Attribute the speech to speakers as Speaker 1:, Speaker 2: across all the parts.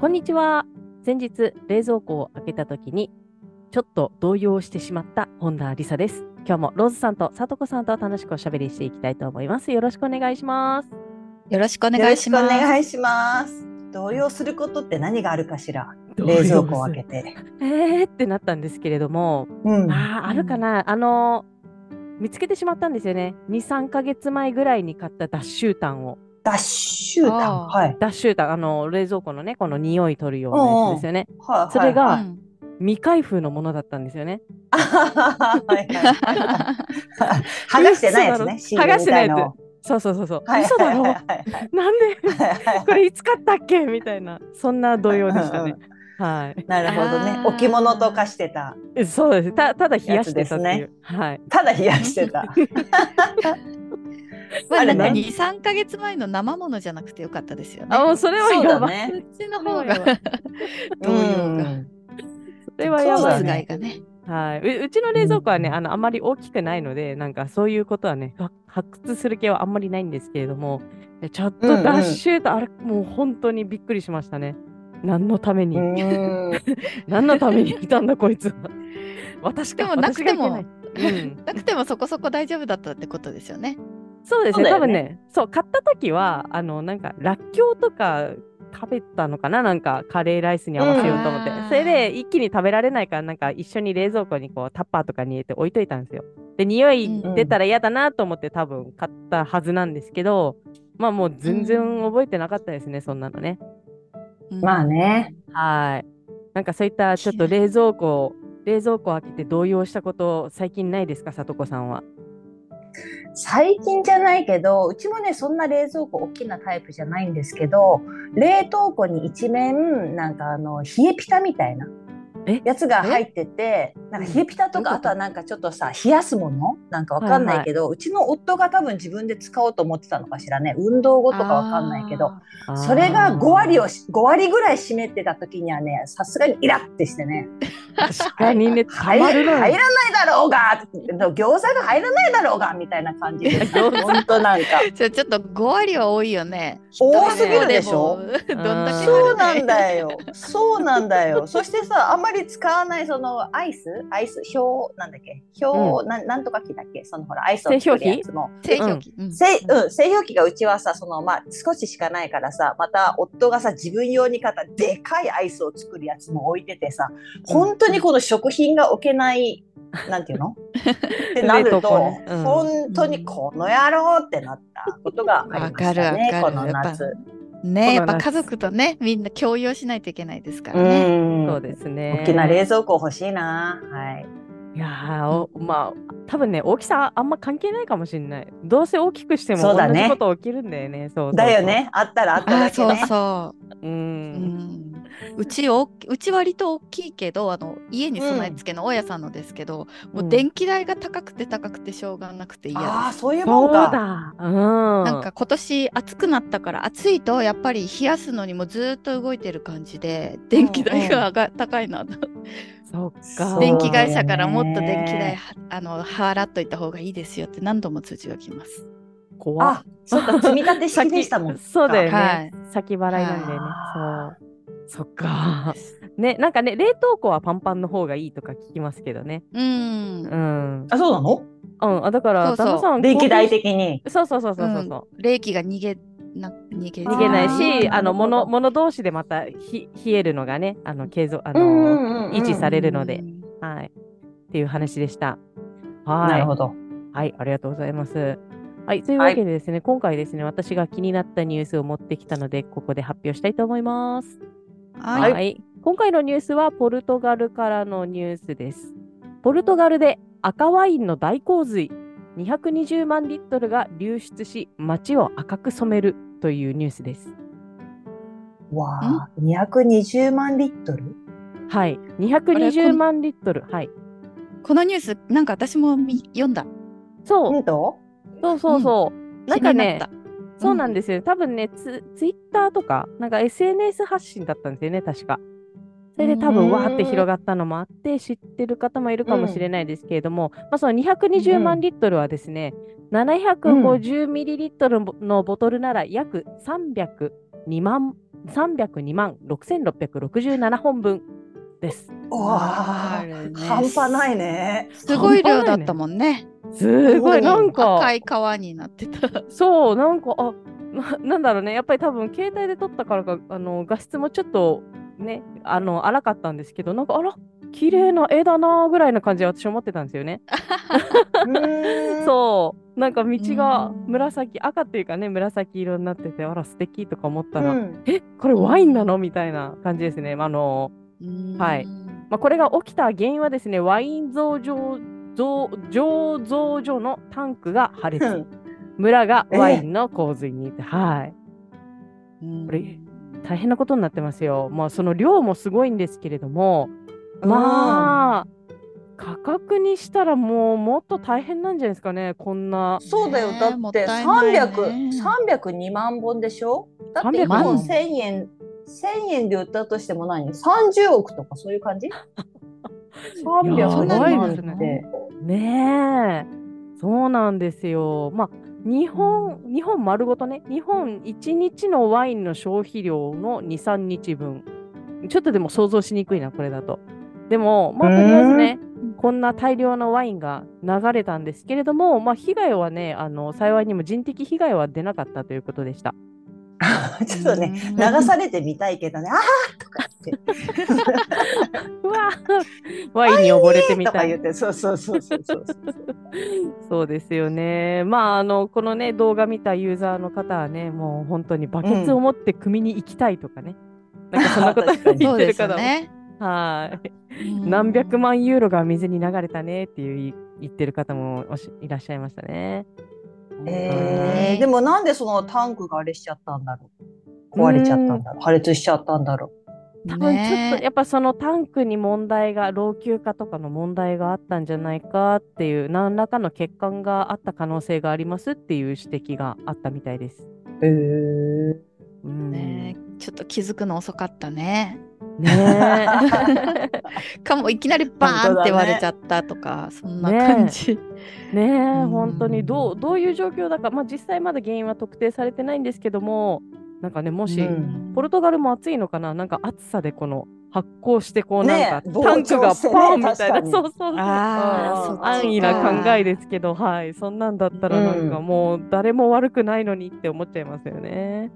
Speaker 1: こんにちは先日冷蔵庫を開けた時にちょっと動揺してしまった本田理沙です今日もローズさんとさとこさんと楽しくおしゃべりしていきたいと思いますよろしくお願いします
Speaker 2: よろしくお
Speaker 3: よ
Speaker 2: 願
Speaker 3: ろ
Speaker 2: い
Speaker 3: し
Speaker 2: し
Speaker 3: くお
Speaker 2: ます。
Speaker 3: 願いします。動揺することって何があるかしら。冷蔵庫を開けて。
Speaker 1: えーってなったんですけれども、
Speaker 3: うん。
Speaker 1: ああ、あるかな、あの、見つけてしまったんですよね。2、3ヶ月前ぐらいに買った脱臭炭を。
Speaker 3: ダッシュータン。
Speaker 2: あー
Speaker 3: はい。
Speaker 1: 脱臭炭、あの、冷蔵庫のね、この匂い取るようなやつですよね。
Speaker 3: はい。はい
Speaker 1: それが
Speaker 2: う
Speaker 1: は
Speaker 2: ん
Speaker 1: 未開封のものだったんですよね。
Speaker 3: あはははいはい剥がしてないやつね。シールみたいのを
Speaker 1: そうそうそうそう。
Speaker 3: はい
Speaker 1: 嘘 だろ
Speaker 3: はいはいはい
Speaker 1: なんで
Speaker 3: はいはい
Speaker 1: これいつ買ったっけみたいな、そんな動揺でしたね
Speaker 3: うん。
Speaker 1: はい
Speaker 3: なるほどね
Speaker 2: あ。ー
Speaker 3: 置物とかしてた。
Speaker 1: え。そうです。たただ冷やしてたって
Speaker 3: やつ
Speaker 1: い
Speaker 3: で
Speaker 1: う。はい。
Speaker 3: ただ冷やしてた。
Speaker 2: まあ、な
Speaker 3: あれ
Speaker 2: んか
Speaker 3: ね
Speaker 2: 二三ヶ月前の生ものじゃなくてよかったですよね。
Speaker 1: あ、もうそれは
Speaker 3: そう
Speaker 1: や
Speaker 3: だ
Speaker 1: ばい。
Speaker 2: そ
Speaker 3: ね。
Speaker 2: っちの方が
Speaker 1: それは
Speaker 2: 動揺が。
Speaker 3: うん
Speaker 1: それはやばい
Speaker 2: 気。遣いがね。
Speaker 1: はい、ううちの冷蔵庫はね、
Speaker 3: うん
Speaker 1: あのあまり大きくないのでなんかそういうことはねは発掘する系はあんまりないんですけれどもえちょっと
Speaker 3: うんうん
Speaker 1: ダッシューと、あれもう本当にびっくりしましたね何のために、
Speaker 3: うん
Speaker 1: 何のためにいたんだこいつは 私か
Speaker 2: でもなくても
Speaker 1: 私がいけない、うん、
Speaker 2: なくてもそこそこ大丈夫だったってことですよね。
Speaker 1: そうです
Speaker 3: そう
Speaker 1: ね
Speaker 3: だ
Speaker 1: 多
Speaker 3: よ
Speaker 1: 分
Speaker 3: ね
Speaker 1: ねそう買った時はあのなんからっきょうとか食べたのかななんかカレーライスに合わせようと思って、
Speaker 2: うん
Speaker 1: それで一気に食べられないからなんか一緒に冷蔵庫にこうタッパーとかに入れて置いといたんですよで匂い出たら嫌だなと思って多分買ったはずなんですけどまあもう全然覚えてなかったですね、そんなのね
Speaker 2: うん
Speaker 3: まあ。ね。
Speaker 1: はいなんかそういったちょっと冷蔵庫冷蔵庫開けて動揺したこと最近ないですかさとこさんは
Speaker 3: 最近じゃないけどうちもねそんな冷蔵庫大きなタイプじゃないんですけど冷凍庫に一面なんかあの冷えピタみたいな
Speaker 1: え
Speaker 3: やつが入っててなんか冷えピタとか
Speaker 1: うん
Speaker 3: あとはなんかちょっとさ冷やすものなんかわかんないけど、うちの夫が多分自分で使おうと思ってたのかしらね運動後とかわかんないけどそれが5割をし5割ぐらい占めてた時にはねさすがにイラってしてね
Speaker 1: 確かにねた
Speaker 3: 入
Speaker 1: ま
Speaker 3: 入
Speaker 1: るの
Speaker 3: ら
Speaker 1: よ
Speaker 3: ないだろうが餃子が入らないだろうがみたいな感じで本当なんか。
Speaker 2: ちょちょっと5割は多いよね。
Speaker 3: 多すぎるでしょ
Speaker 2: 一人でもどんだけあるの
Speaker 3: そうなんだよ。そうなんだよ。そしてさ、あんまり使わないそのアイス、アイス表なんだっけ、表、なんなんとか機だっけ、そのほらアイスを作るやつも。
Speaker 2: 製氷機。うん
Speaker 3: 製うん、製氷機がうちはさその、まあ、少ししかないからさまた夫がさ自分用に買ったでかいアイスを作るやつも置いててさ本当にこの食品が置けないなんてい うのってなる
Speaker 1: 冷凍庫
Speaker 3: と
Speaker 1: ね、うん
Speaker 3: 本当にこの野郎ってなったことがありましたね
Speaker 2: わか
Speaker 3: こ
Speaker 2: るわか
Speaker 3: の
Speaker 2: る
Speaker 3: 夏。
Speaker 2: ねやっ
Speaker 1: そうなん
Speaker 2: ぱ
Speaker 1: です
Speaker 2: 家族とねみんな共用しないといけないですからね。
Speaker 3: ん
Speaker 1: そうですね
Speaker 3: 大きな冷蔵庫欲しいな。はい。
Speaker 1: いやーおまあ多分ね大きさあんま関係ないかもしれないどうせ大きくしても
Speaker 3: そうだ
Speaker 1: 同
Speaker 3: ね
Speaker 1: じこと起きるんだよねそうそうそう
Speaker 3: だよね。あったらあった
Speaker 2: あ
Speaker 3: だ
Speaker 2: あ
Speaker 3: け
Speaker 2: そう
Speaker 3: ね。
Speaker 2: そう。
Speaker 1: う
Speaker 2: うんんうちおうち割と大きいけどあの家に備え付けの大家さんのですけど、
Speaker 1: う
Speaker 2: も
Speaker 1: ん
Speaker 2: う電気代が高くて高くてしょうがなくて嫌
Speaker 3: ああ
Speaker 2: です。
Speaker 3: そういうも
Speaker 1: そ
Speaker 3: ん
Speaker 1: う
Speaker 3: か。
Speaker 1: だうん
Speaker 2: なんか今年暑くなったから暑いとやっぱり冷やすのにもずーっと動いてる感じで電気代が上が、高いなと
Speaker 1: そっ
Speaker 3: そ
Speaker 1: か
Speaker 3: う
Speaker 2: 電気会社からもっと電
Speaker 3: ね
Speaker 2: 気代はあの払っといた方がいいですよって何度も通知が来ます。
Speaker 1: 怖っ
Speaker 3: あそうか積み立て式
Speaker 1: 先
Speaker 3: でしたもん。
Speaker 1: そうだよね、
Speaker 2: はい
Speaker 1: 先払いなんだよ
Speaker 3: は
Speaker 1: ねそうそっか ねなんかね冷凍庫はパンパンの方がいいとか聞きますけどね
Speaker 2: うん、
Speaker 1: うん、うん、
Speaker 3: あそうなの？
Speaker 1: あだから
Speaker 2: そうそう
Speaker 1: 旦那さん
Speaker 3: 電気代的に。
Speaker 1: そうそうそうそうそうそう、
Speaker 2: 冷気が逃げな逃げ
Speaker 1: 逃げないし、
Speaker 3: あー
Speaker 1: あの
Speaker 3: なるほど
Speaker 1: 物物同士でまたひ冷えるのがね、あの継続あの、維持されるので
Speaker 2: うん
Speaker 1: はいっていう話でした。
Speaker 3: なる
Speaker 1: は
Speaker 3: ほど。
Speaker 1: い、はい、ありがとうございます。はい、というわけでですね、今回ですね、私が気になったニュースを持ってきたので、ここで発表したいと思います。
Speaker 2: は
Speaker 1: はいい、今回のニュースはポルトガルからのニュースです。ポルトガルで赤ワインの大洪水220万リットルが流出し、街を赤く染めるというニュースです。
Speaker 3: わあ、220万リットル
Speaker 1: はい。220万リットル。はい。
Speaker 2: このニュースなんか私も見読んだ。
Speaker 1: そう、
Speaker 3: 本当
Speaker 1: そうそうそう。なんかね
Speaker 2: 気に、なっ
Speaker 1: そうなんですよ。多分ね、ツツイッターとか、なんか SNS 発信だったんですよね、確か。それで多
Speaker 3: うーん
Speaker 1: 分わーって広がったのもあって、知ってる方もいるかもしれないですけれども、まあ、その220万リットルはですね、750ミリリットルのボトルなら約302万、302万6667本分です。
Speaker 3: う
Speaker 2: た。
Speaker 3: わあ、
Speaker 2: るね
Speaker 3: 半端ない。ね。
Speaker 2: すごい量だったもんね。
Speaker 1: すごい、なんか。
Speaker 2: 赤い川になってた。
Speaker 1: そう、なんか、あな なんだろうね、やっぱり多分携帯で撮ったからか、あの画質もちょっとね、あの荒かったんですけど、なんか、あら、綺麗な絵だなぐらいの感じで私思ってたんですよね。
Speaker 3: そう
Speaker 1: そう、なんか道が
Speaker 2: うん
Speaker 1: 紫、赤っていうかね、紫色になってて、あら、素敵とか思った
Speaker 3: だ
Speaker 1: ら、
Speaker 3: ん、
Speaker 1: えこれワインなのみたいな感じですね。まああのはいまあ、これが起きた原因はですね、ワイン増上増醸造所のタンクが破裂、村がワインの洪水に、はい。
Speaker 2: うん。
Speaker 1: これ大変なことになってますよ。まあその量もすごいんですけれども、まあ価格にしたらもうもっと大変なんじゃないですかね。こんな
Speaker 3: そうだよ
Speaker 2: ねえ
Speaker 3: だ
Speaker 2: もっ
Speaker 3: って
Speaker 2: たいないね
Speaker 3: 300 302万本でしょだって
Speaker 1: 300
Speaker 3: 1
Speaker 2: 万
Speaker 3: 本1000円1000円で売ったとしても何30億とかそういう感じ
Speaker 1: や
Speaker 3: 302
Speaker 1: ばい
Speaker 3: 万っ
Speaker 1: ですね
Speaker 3: て
Speaker 1: ねえ、そうなんですよ。まあ日本日本丸ごとね、日本1日のワインの消費量の2、3日分。ちょっとでも想像しにくいなこれだと。でもまあ
Speaker 3: うーん
Speaker 1: とりあえずね。こんな大量のワインが流れたんですけれども、まあ、被害はねあの、幸いにも人的被害は出なかったということでした。
Speaker 3: ちょっとね
Speaker 2: うん
Speaker 3: 流されてみたいけどねあーとか言って
Speaker 1: うわワインに溺れてみ
Speaker 3: と
Speaker 1: た
Speaker 3: か
Speaker 1: い
Speaker 3: 言。ってそうそうそうそうそうそう
Speaker 1: そうですよね。まあ、あの、このね、動画見たユーザーの方はね、もう本当にバケツを持って組に行きたいとかね。なんかそんなこと
Speaker 3: 確かに
Speaker 1: 言
Speaker 2: そ
Speaker 1: っ
Speaker 2: う
Speaker 1: て
Speaker 2: で
Speaker 1: る
Speaker 2: すよ
Speaker 1: 方も。
Speaker 2: ね。
Speaker 1: はい。
Speaker 2: うん
Speaker 1: 何百万ユーロが水に流れたねっていう言ってる方もおしいらっしゃいましたね。
Speaker 3: えーでもなんでそのタンクがあれしちゃったんだろう壊れちゃったんだろう破裂しちゃったんだろ
Speaker 1: 多分ちょっと
Speaker 2: ね
Speaker 1: やっぱそのタンクに問題が老朽化とかの問題があったんじゃないかっていう何らかの欠陥があった可能性がありますっていう指摘があったみたいです。
Speaker 3: うへえ
Speaker 1: うん
Speaker 2: ねちょっと気づくの遅かったね。
Speaker 1: ね
Speaker 2: かもいきなりバーンって割れちゃったとか、そんな感じ。
Speaker 1: えねえ
Speaker 2: うん
Speaker 1: 本当にどうどういう状況だか、まあ、実際まだ原因は特定されてないんですけどもなんかねもし、
Speaker 3: うん
Speaker 1: ポルトガルも暑いのかななんか暑さでこの発酵してこう
Speaker 3: ねえ
Speaker 1: なんか、
Speaker 3: 膨
Speaker 1: タンク
Speaker 3: 張
Speaker 1: が
Speaker 3: してね
Speaker 1: ポンみたいな、
Speaker 3: 確か に
Speaker 1: そうそうそう
Speaker 2: ああ、
Speaker 3: うん
Speaker 2: そっちか
Speaker 1: 安易な考えですけど、はい、そんなんだったらなんか
Speaker 3: うん
Speaker 1: もう誰も悪くないのにって思っちゃいますよね。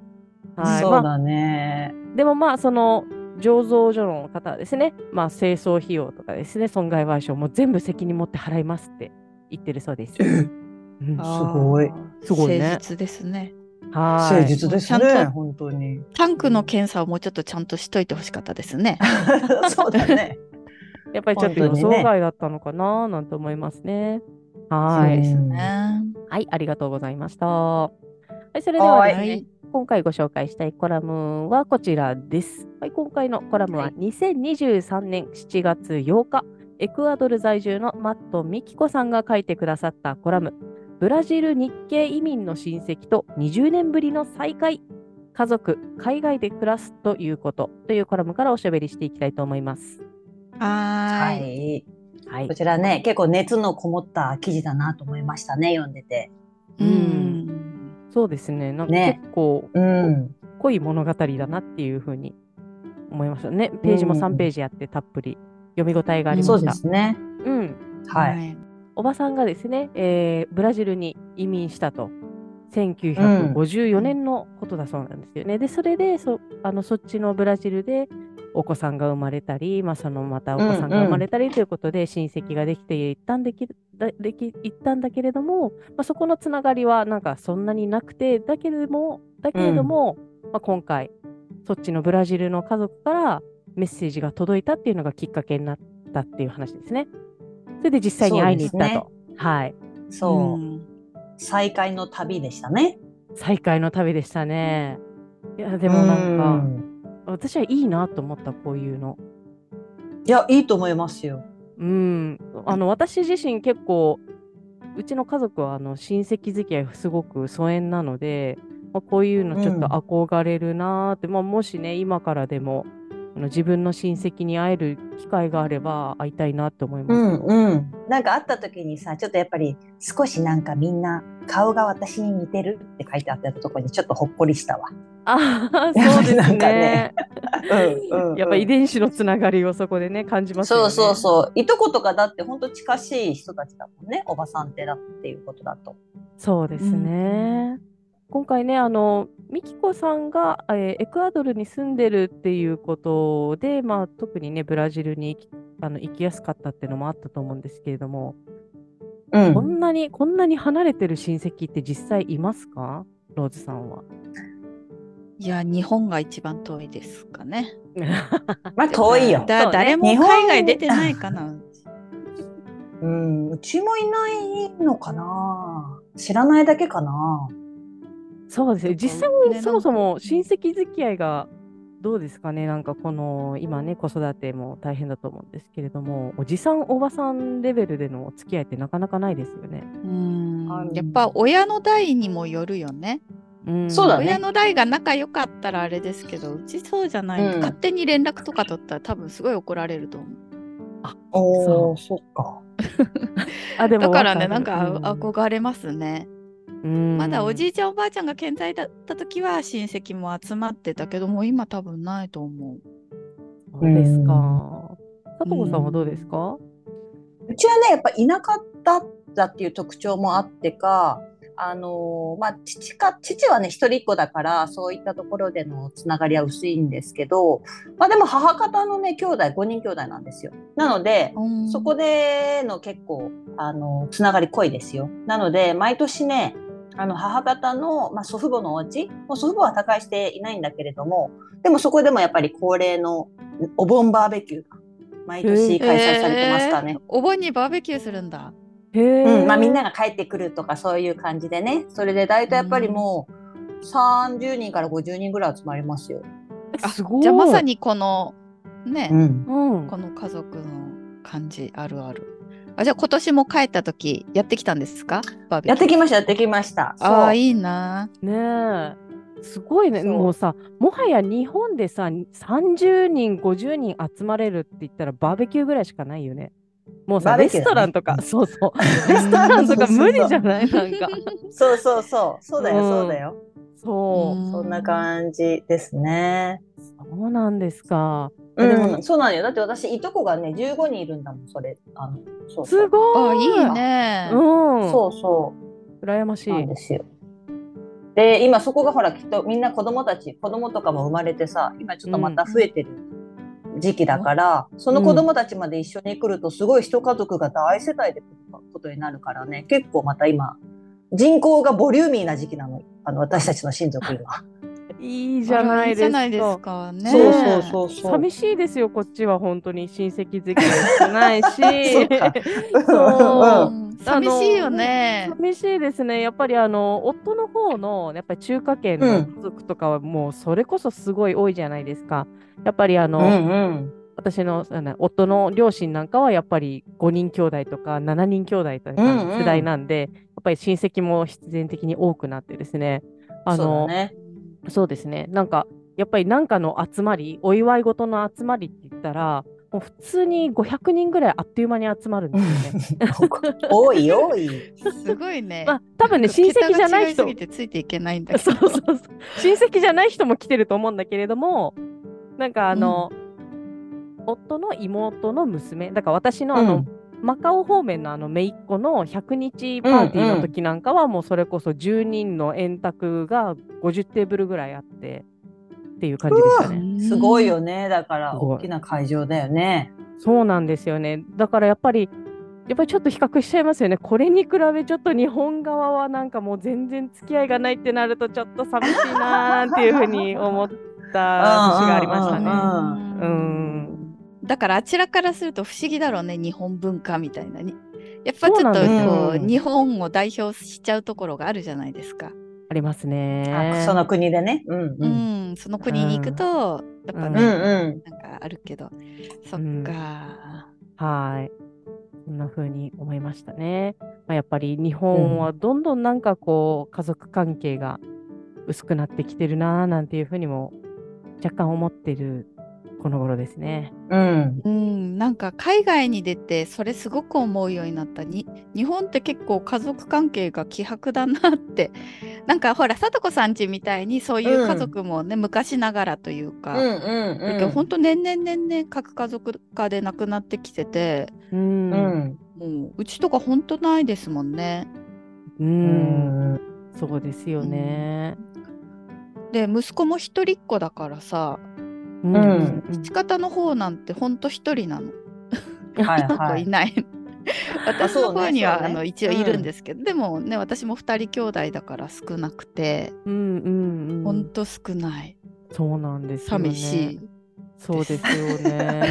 Speaker 1: はい、
Speaker 3: そう
Speaker 1: ま
Speaker 3: だね、
Speaker 1: あ、でもまあその醸造所の方はですね、まあ清掃費用とかですね、損害賠償も全部責任持って払いますって言ってるそうです。うん
Speaker 2: あ
Speaker 1: は
Speaker 2: ー
Speaker 3: すごい。
Speaker 1: すごいね
Speaker 2: 誠実ですね。
Speaker 1: い
Speaker 3: 誠実です
Speaker 2: ちゃん
Speaker 3: ね
Speaker 2: と
Speaker 3: 本当に
Speaker 2: タンクの検査をもうちょっとちゃんとしといてほしかったですね。
Speaker 3: そうだね
Speaker 1: やっぱりちょっと予想外だったのかななんて思いますね。 は
Speaker 3: そうで
Speaker 1: い、
Speaker 3: す
Speaker 2: ね
Speaker 1: はい、ありがとうございました。はい、それではです
Speaker 2: は
Speaker 1: ね、
Speaker 2: い。
Speaker 1: 今回ご紹介したいコラムはこちらです。はい、今回のコラム
Speaker 2: は
Speaker 1: はい2023年7月8日、エクアドル在住のマット・ミキコさんが書いてくださったコラム、ブラジル日系移民の親戚と20年ぶりの再会、家族、海外で暮らすということというコラムからおしゃべりしていきたいと思います。
Speaker 2: は
Speaker 3: は
Speaker 2: ーい。
Speaker 3: い
Speaker 1: はい
Speaker 3: こ、ちらね結構熱のこもった記事だなと思いましたね読んでて
Speaker 2: うん。
Speaker 1: そうですね、なんか
Speaker 3: ね
Speaker 1: 結構
Speaker 3: うん
Speaker 1: 濃い物語だなっていうふうに思いましたね。ページも
Speaker 3: うん
Speaker 1: 3ページあってたっぷり読み応えがありました。
Speaker 3: そうですね
Speaker 1: うん、
Speaker 3: はい、
Speaker 2: い。
Speaker 1: おばさんがですね、えーブラジルに移民したと。1954年のことだそうなんですよね。で、それでそあのそっちのブラジルでお子さんが生まれたり、まあ、そのまたお子さんが生まれたりということで親戚ができていったんできだできいったんだけれども、まあ、そこのつながりはなんかそんなになくて、だけれども、だけれども、まあ、今回、そっちのブラジルの家族からメッセージが届いたっていうのがきっかけになったっていう話ですね。それで実際に会いに行ったと。はい。
Speaker 3: そう、
Speaker 2: ん
Speaker 3: 再会の旅でしたね
Speaker 1: 再会の旅でしたね。いや、でもなんか、
Speaker 3: か
Speaker 1: 私はいいなと思ったこういうの。
Speaker 3: いや、いいと思いますよ。
Speaker 1: うん、あの私自身結構うちの家族はあの親戚付き合いすごく疎遠なので、まあ、こういうのちょっと
Speaker 3: うん
Speaker 1: 憧れるなーって、まあ、もしね今からでもあの自分の親戚に会える機会があれば会いたいなって思います。
Speaker 3: うん。なんか会った時にさ、ちょっとやっぱり少しなんかみんな顔が私に似てるって書いてあったところにちょっとほっこりしたわ。
Speaker 1: ああそうです
Speaker 3: なんか
Speaker 1: ね
Speaker 3: ね。うんうん
Speaker 1: やっぱ遺伝子のつながりをそこでね感じますよ
Speaker 3: そ
Speaker 1: ね。
Speaker 3: うそうそう。いとことかだって本当近しい人たちだもんね。おばさんってだっていうことだと。
Speaker 1: そうですね。今回ね、あの、ミキコさんが、えーエクアドルに住んでるっていうことで、まあ、特にね、ブラジルに行きあの行きやすかったっていうのもあったと思うんですけれども、
Speaker 3: う
Speaker 1: こ。んなに、こんなに離れてる親戚って実際いますかローズさん は。
Speaker 2: いや、日本が一番遠いですかね。
Speaker 3: まあ遠いよ。
Speaker 1: そう
Speaker 2: だ
Speaker 1: ね
Speaker 2: 誰も
Speaker 3: 日本
Speaker 2: 海外出てないかな。
Speaker 3: うん。うちもいないのかな。知らないだけかな。
Speaker 1: そうですね。実際
Speaker 2: も
Speaker 1: にそもそも親戚付き合いがどうですかね、なんかこの今ね、子育ても大変だと思うんですけれども、おじさん、おばさんレベルでのお付き合いってなかなかないですよね。
Speaker 2: うん
Speaker 3: あ
Speaker 2: やっぱ親の代にもよるよね。
Speaker 1: うん
Speaker 3: そうだね
Speaker 2: 親の代が仲良かったらあれですけど、うちそうじゃない、
Speaker 3: うん
Speaker 2: 勝手に連絡とか取ったら多分すごい怒られると思う。
Speaker 1: そ
Speaker 3: お
Speaker 1: う
Speaker 3: お、そっか。
Speaker 1: あでも
Speaker 2: だからね、
Speaker 1: わ
Speaker 2: なんか
Speaker 1: る
Speaker 2: 憧れますね。
Speaker 1: うん
Speaker 2: まだおじいちゃんおばあちゃんが健在だった時は親戚も集まってたけどもう今多分ないと思う。
Speaker 1: そうですか。佐藤さんはどうですか？
Speaker 3: うちはね、やっぱ田舎だったっていう特徴もあってか、あのーまあ、父か、父はね、一人っ子だから、そういったところでのつながりは薄いんですけど、まあでも母方のね、兄弟、5人兄弟なんですよ。なので、そこでの結構、あの、つながり濃いですよ。なので、毎年ね、あの、母方の、まあ、祖父母のお家、もう祖父母は他界していないんだけれども、でもそこでもやっぱり恒例のお盆バーベキューが毎年開催されてましたね。
Speaker 2: えーお盆にバーベキューするんだ。
Speaker 1: へえ
Speaker 3: うん、まあみんなが帰ってくるとかそういう感じでね。それで大体やっぱりもう30人から50人ぐらい集まりますよ。
Speaker 1: あすごい。
Speaker 2: じゃあまさ。にこのね、
Speaker 3: うん。
Speaker 1: うん。
Speaker 2: この家族の感じあるある。あじゃあ今年も帰った時やってきたんですかバーベキュー
Speaker 3: やってきました、やってきました。そう
Speaker 2: ああいいな。
Speaker 1: ねえ。すごいね。
Speaker 3: そう
Speaker 1: もうさ、もはや日本でさ、30人、50人集まれるって言ったらバーベキューぐらいしかないよね。もうさ、
Speaker 3: バーベ
Speaker 1: レ
Speaker 3: キューだね
Speaker 1: ストランとか、そうそう。 レストランとか無理じゃないなんか。
Speaker 3: そうそうそう。そうだよ、
Speaker 1: うん
Speaker 3: そうだよ。
Speaker 1: そうう。
Speaker 2: ん
Speaker 3: そんな感じですね。
Speaker 1: そうなんですか。
Speaker 3: う
Speaker 1: でも
Speaker 3: ん、そうなんよ。だって私、いとこがね、15人いるんだもん、それ。あの、そうそう
Speaker 1: すご
Speaker 2: あ
Speaker 1: い。
Speaker 2: いい。ね。
Speaker 1: うん。
Speaker 3: そうそ
Speaker 1: 羨まし
Speaker 3: う。
Speaker 1: い。
Speaker 3: なんですよ。で、今そこがほら、きっとみんな子供たち、子供とかも生まれてさ、今ちょっとまた増えてる時期だから、その子供たちまで一緒に来ると、すごい一家族が大世帯で来ることになるからね、結構また今、人口がボリューミーな時期なの。あの、私たちの親族今。
Speaker 1: いいじ
Speaker 2: じ
Speaker 1: ゃないですか。
Speaker 2: ですかね。
Speaker 3: そうそうそうそう。
Speaker 1: 寂しいですよ、こっちは本当に親戚付き合いもないし
Speaker 3: そうか
Speaker 1: そう
Speaker 2: うん寂しいよね。
Speaker 1: 寂しいですね、やっぱりあの夫の方のやっぱり中華圏
Speaker 3: う
Speaker 1: の
Speaker 3: ん
Speaker 1: 家族とかはもうそれこそすごい多いじゃないですか。やっぱりあの、
Speaker 3: うんうん。
Speaker 1: 私のあの夫の両親なんかはやっぱり5人兄弟とか7人兄弟とか
Speaker 3: うんう
Speaker 1: の
Speaker 3: ん
Speaker 1: 世代なんで、やっぱり親戚も必然的に多くなってですね。あ
Speaker 3: そう
Speaker 1: の
Speaker 3: だ ね。
Speaker 1: そうですね。なんか、やっぱりなんかの集まり、お祝い事の集まりって言ったら、もう普通に500人ぐらいあっという間に集まるんですよ ね。
Speaker 3: 多い多い。
Speaker 2: すごいね。
Speaker 1: まあ、多分ね、親戚じゃない人
Speaker 2: 桁が違すぎ、てついていけないんだけ
Speaker 1: そ
Speaker 2: ど。
Speaker 1: うそうそう、親戚じゃない人も来てると思うんだけれども、なんかあの、夫の妹の娘、だから私のあの、マカオ方面のあの姪っ子の100日パーティーの時なんかはもうそれこそ10人の円卓が50テーブルぐらいあってっていう感じでしたね。
Speaker 3: うんすごいよ
Speaker 2: ね。
Speaker 3: ね。だから
Speaker 1: すごい
Speaker 3: 大きな会場だよね。
Speaker 1: そうなんですよね。だからやっぱり、やっぱりちょっと比較しちゃいますよね。これに比べちょっと日本側はなんかもう全然付き合いがないってなるとちょっと寂しいなーっていうふうに思った節がありました
Speaker 3: う
Speaker 1: ね。
Speaker 3: ん
Speaker 1: うん
Speaker 2: だからあちらからすると不思議だろうね日本文化みたいなにやっぱちょっ
Speaker 1: そ
Speaker 2: と
Speaker 1: うなん
Speaker 3: だよ
Speaker 2: こう
Speaker 3: うん
Speaker 2: 日本を代表しちゃうところがあるじゃないですか。
Speaker 1: あります
Speaker 3: あ
Speaker 1: ね。
Speaker 3: その国でね。うん
Speaker 2: う
Speaker 3: うん。
Speaker 2: ん、うん、その国に行くと、やっぱね、
Speaker 3: うん
Speaker 2: なん
Speaker 3: う
Speaker 2: かあるけど、そっ
Speaker 1: うん
Speaker 2: か。
Speaker 1: はい。そんな風に思いましたね。まあ、やっぱり日本はどんどんなんかこう、家族関係が薄くなってきてるなぁなんていう風にも若干思ってるこの頃ですね。
Speaker 3: ん。うん。
Speaker 2: うん、なんか海外に出てそれすごく思うようになったに日本って結構家族関係が希薄だなって なんかほら貞子さんちみたいにそういう家族もね、昔ながらという
Speaker 3: う
Speaker 2: か、
Speaker 3: んうん
Speaker 2: だけど本当年々年々核家族化でなくなってきてて
Speaker 1: う。
Speaker 3: うんん。
Speaker 2: もううちとか本当ないですもんね。
Speaker 1: う。
Speaker 3: うんん。
Speaker 1: そうですよね。
Speaker 2: で息子も一人っ子だからさ
Speaker 1: うんん。
Speaker 2: 父方の方なんて本当一人なの。
Speaker 3: はい
Speaker 2: いとこ
Speaker 3: はいい。
Speaker 2: ない。私の
Speaker 3: そうね
Speaker 2: 方には、
Speaker 3: そう
Speaker 2: あ
Speaker 3: ね
Speaker 2: の一応いるんですけど、でもね私も2人兄弟だから少なくて、
Speaker 1: うんうんう
Speaker 2: ほ
Speaker 1: ん
Speaker 2: んと少ない
Speaker 1: そうなんですよね。
Speaker 2: 寂しい、
Speaker 1: そうですよね。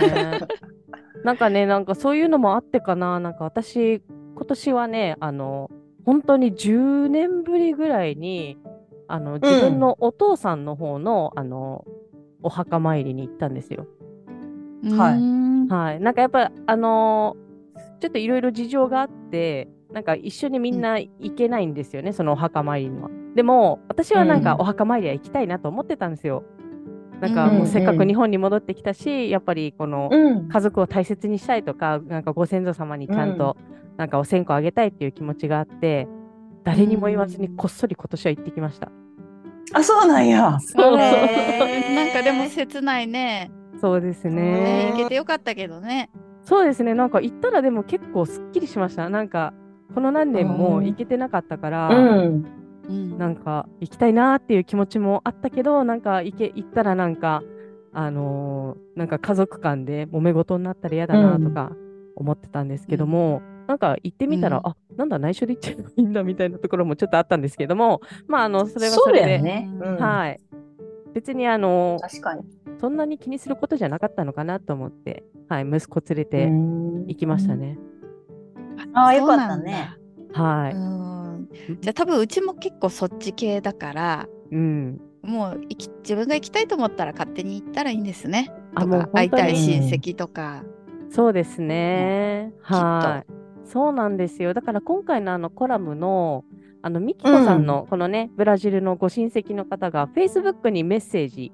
Speaker 1: なんかね、なんかそういうのもあってかな、なんか私、今年はね、あの、本当に10年ぶりぐらいに、あの、自分のお父さんの方の、あの、お墓参りに行ったんですよ。
Speaker 3: はいう
Speaker 2: ーん
Speaker 1: はい。なんかやっぱ、あのちょっといろいろ事情があって、なんか一緒にみんな行けないんですよね、そのお墓参りには。でも、私はなん
Speaker 3: う
Speaker 1: か
Speaker 3: ん
Speaker 1: お墓参りは行きたいなと思ってたんですよ。なん
Speaker 2: う
Speaker 1: か
Speaker 2: んうん
Speaker 1: もうせっか
Speaker 3: う
Speaker 1: く
Speaker 3: ん
Speaker 1: 日本に戻ってきたし、やっぱりこの、
Speaker 3: うん。
Speaker 1: 家族を大切にしたいとか、なんかご先祖様にちゃんと、なんかお線香あげたいっていう気持ちがあって、誰にも言わずにこっそり今年は行ってきました。
Speaker 3: あ、そうなんや。
Speaker 1: そう
Speaker 2: ね
Speaker 3: へ ー
Speaker 2: なんかでも切ないね
Speaker 1: そうです
Speaker 2: ね
Speaker 1: ね。
Speaker 2: 行けてよかったけどね
Speaker 1: そうですね。なんか行ったらでも結構すっきりしました。なんか、この何年も行けてなかったから、
Speaker 3: うん。
Speaker 2: うん
Speaker 1: なんか行きたいなーっていう気持ちもあったけど、なんか行け行ったらなんか、あのーなんか家族間で揉め事になったら嫌だなとか思ってたんですけども、なんか行ってみたら、
Speaker 2: うん
Speaker 1: あなんだ内緒で行っちゃえばいいんだみたいなところもちょっとあったんですけども、まああのそれはそ
Speaker 3: そう
Speaker 1: れ
Speaker 3: だ
Speaker 1: で、
Speaker 3: よね。うん
Speaker 1: はい。別にあの
Speaker 3: 確かに。
Speaker 1: そんなに気にすることじゃなかったのかなと思って、はい、息子連れ
Speaker 3: う
Speaker 1: て
Speaker 3: ん
Speaker 1: 行きましたね。
Speaker 3: あー
Speaker 2: そうなんだ
Speaker 3: よかったね
Speaker 1: は
Speaker 2: う
Speaker 1: い。
Speaker 2: んじゃあ多分うちも結構そっち系だから
Speaker 1: うん。
Speaker 2: もう行き自分が行きたいと思ったら勝手に行ったらいいんですね
Speaker 1: あ
Speaker 2: と
Speaker 1: もう
Speaker 2: か
Speaker 1: 本当
Speaker 2: 会
Speaker 1: に
Speaker 2: いたい親
Speaker 3: うん
Speaker 2: 戚とか
Speaker 1: そうですね。
Speaker 2: きっと
Speaker 1: はい。そうなんですよ。だから今回のあのコラムの、あの、ミキコさんの、このね、ブラジルのご親戚の方が、Facebook にメッセージ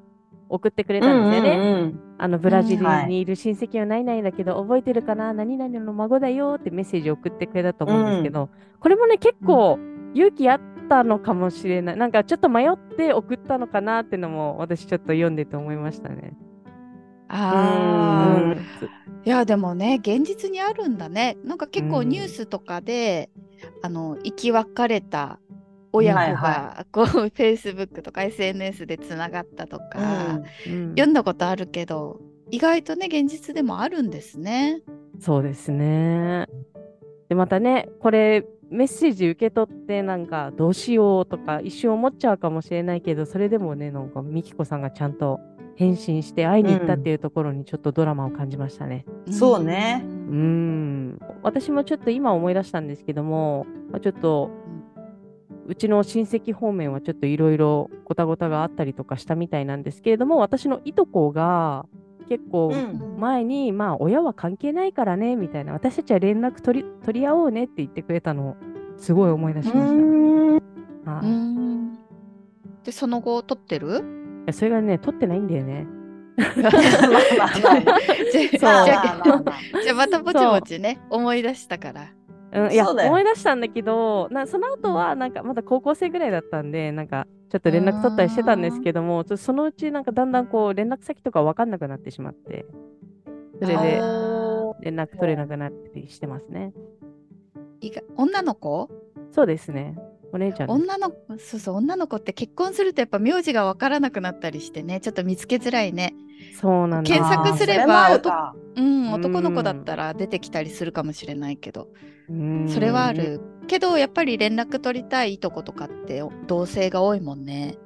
Speaker 1: 送ってくれたんですよね。
Speaker 3: うん
Speaker 1: あの、ブラジル
Speaker 3: うんはい
Speaker 1: にいる親戚はないないだけど、覚えてるかな何々の孫だよってメッセージ送ってくれたと思うんですけど、これもね、結構勇気あったのかもしれない。なんかちょっと迷って送ったのかなってのも、私ちょっと読んでて思いましたね。
Speaker 2: ああ
Speaker 3: うん
Speaker 2: いやでもね現実にあるんだねなんか結
Speaker 1: う
Speaker 2: 構
Speaker 1: ん
Speaker 2: ニュースとかで、あの生き別れた親子
Speaker 3: はい
Speaker 2: が
Speaker 3: は
Speaker 2: こう フェイスブックとか SNS でつながったと
Speaker 3: うんう
Speaker 2: か
Speaker 3: ん、
Speaker 1: うん
Speaker 2: 読んだことあるけど意外とね現実でもあるんですね。
Speaker 1: そうですね。で、またね、これ、メッセージ受け取って、なんか、どうしようとか、一瞬思っちゃうかもしれないけど、それでもね、なんか、ミキコさんがちゃんと返信して会いに行ったっていうところに、ちょっとドラマを感じましたね。
Speaker 3: そうね
Speaker 1: う
Speaker 2: う
Speaker 1: んーん。私もちょっと今思い出したんですけども、まあ、ちょっと、うちの親戚方面はちょっといろいろごたごたがあったりとかしたみたいなんですけれども、私のいとこが、結構、前に、まあ、親は関係ないからね、みたいな、私たちは連絡取り取り合おうねって言ってくれたのを、すごい思い出しま
Speaker 3: う
Speaker 1: し
Speaker 3: ん
Speaker 1: た。は
Speaker 2: う
Speaker 1: いい
Speaker 2: んでその後撮って る
Speaker 1: やそれがね、取ってないんだよ ね。
Speaker 3: まあまあまあまあ
Speaker 2: じゃあじ
Speaker 3: ま
Speaker 2: ゃ
Speaker 3: あまあまあ
Speaker 2: あ
Speaker 3: まあ
Speaker 2: じゃあまたぼちぼちね思い出したから。
Speaker 1: うん、いや、
Speaker 3: そうだよ
Speaker 1: 思い出したんだけど、なその後は、なんか、まだ高校生ぐらいだったんで、なんか、ちょっと連絡取ったりしてたんですけども、ちょっとそのうち、なんか、だんだんこう、連絡先とか分かんなくなってしまって、それで
Speaker 2: あー
Speaker 1: 連絡取れなくなったりしてますね。
Speaker 2: いが女の子
Speaker 1: そうですね。お姉ちゃんです。
Speaker 2: 女の子そうそう女の子って結婚するとやっぱ名字が分からなくなったりしてねちょっと見つけづらいね
Speaker 1: そうなんです。
Speaker 2: 検索すれば
Speaker 3: あーそもあるか
Speaker 2: うん
Speaker 1: ん
Speaker 2: 男の子だったら出てきたりするかもしれないけど
Speaker 1: うん
Speaker 2: それはあるけどやっぱり連絡取りたいいとことかって同性が多いもんね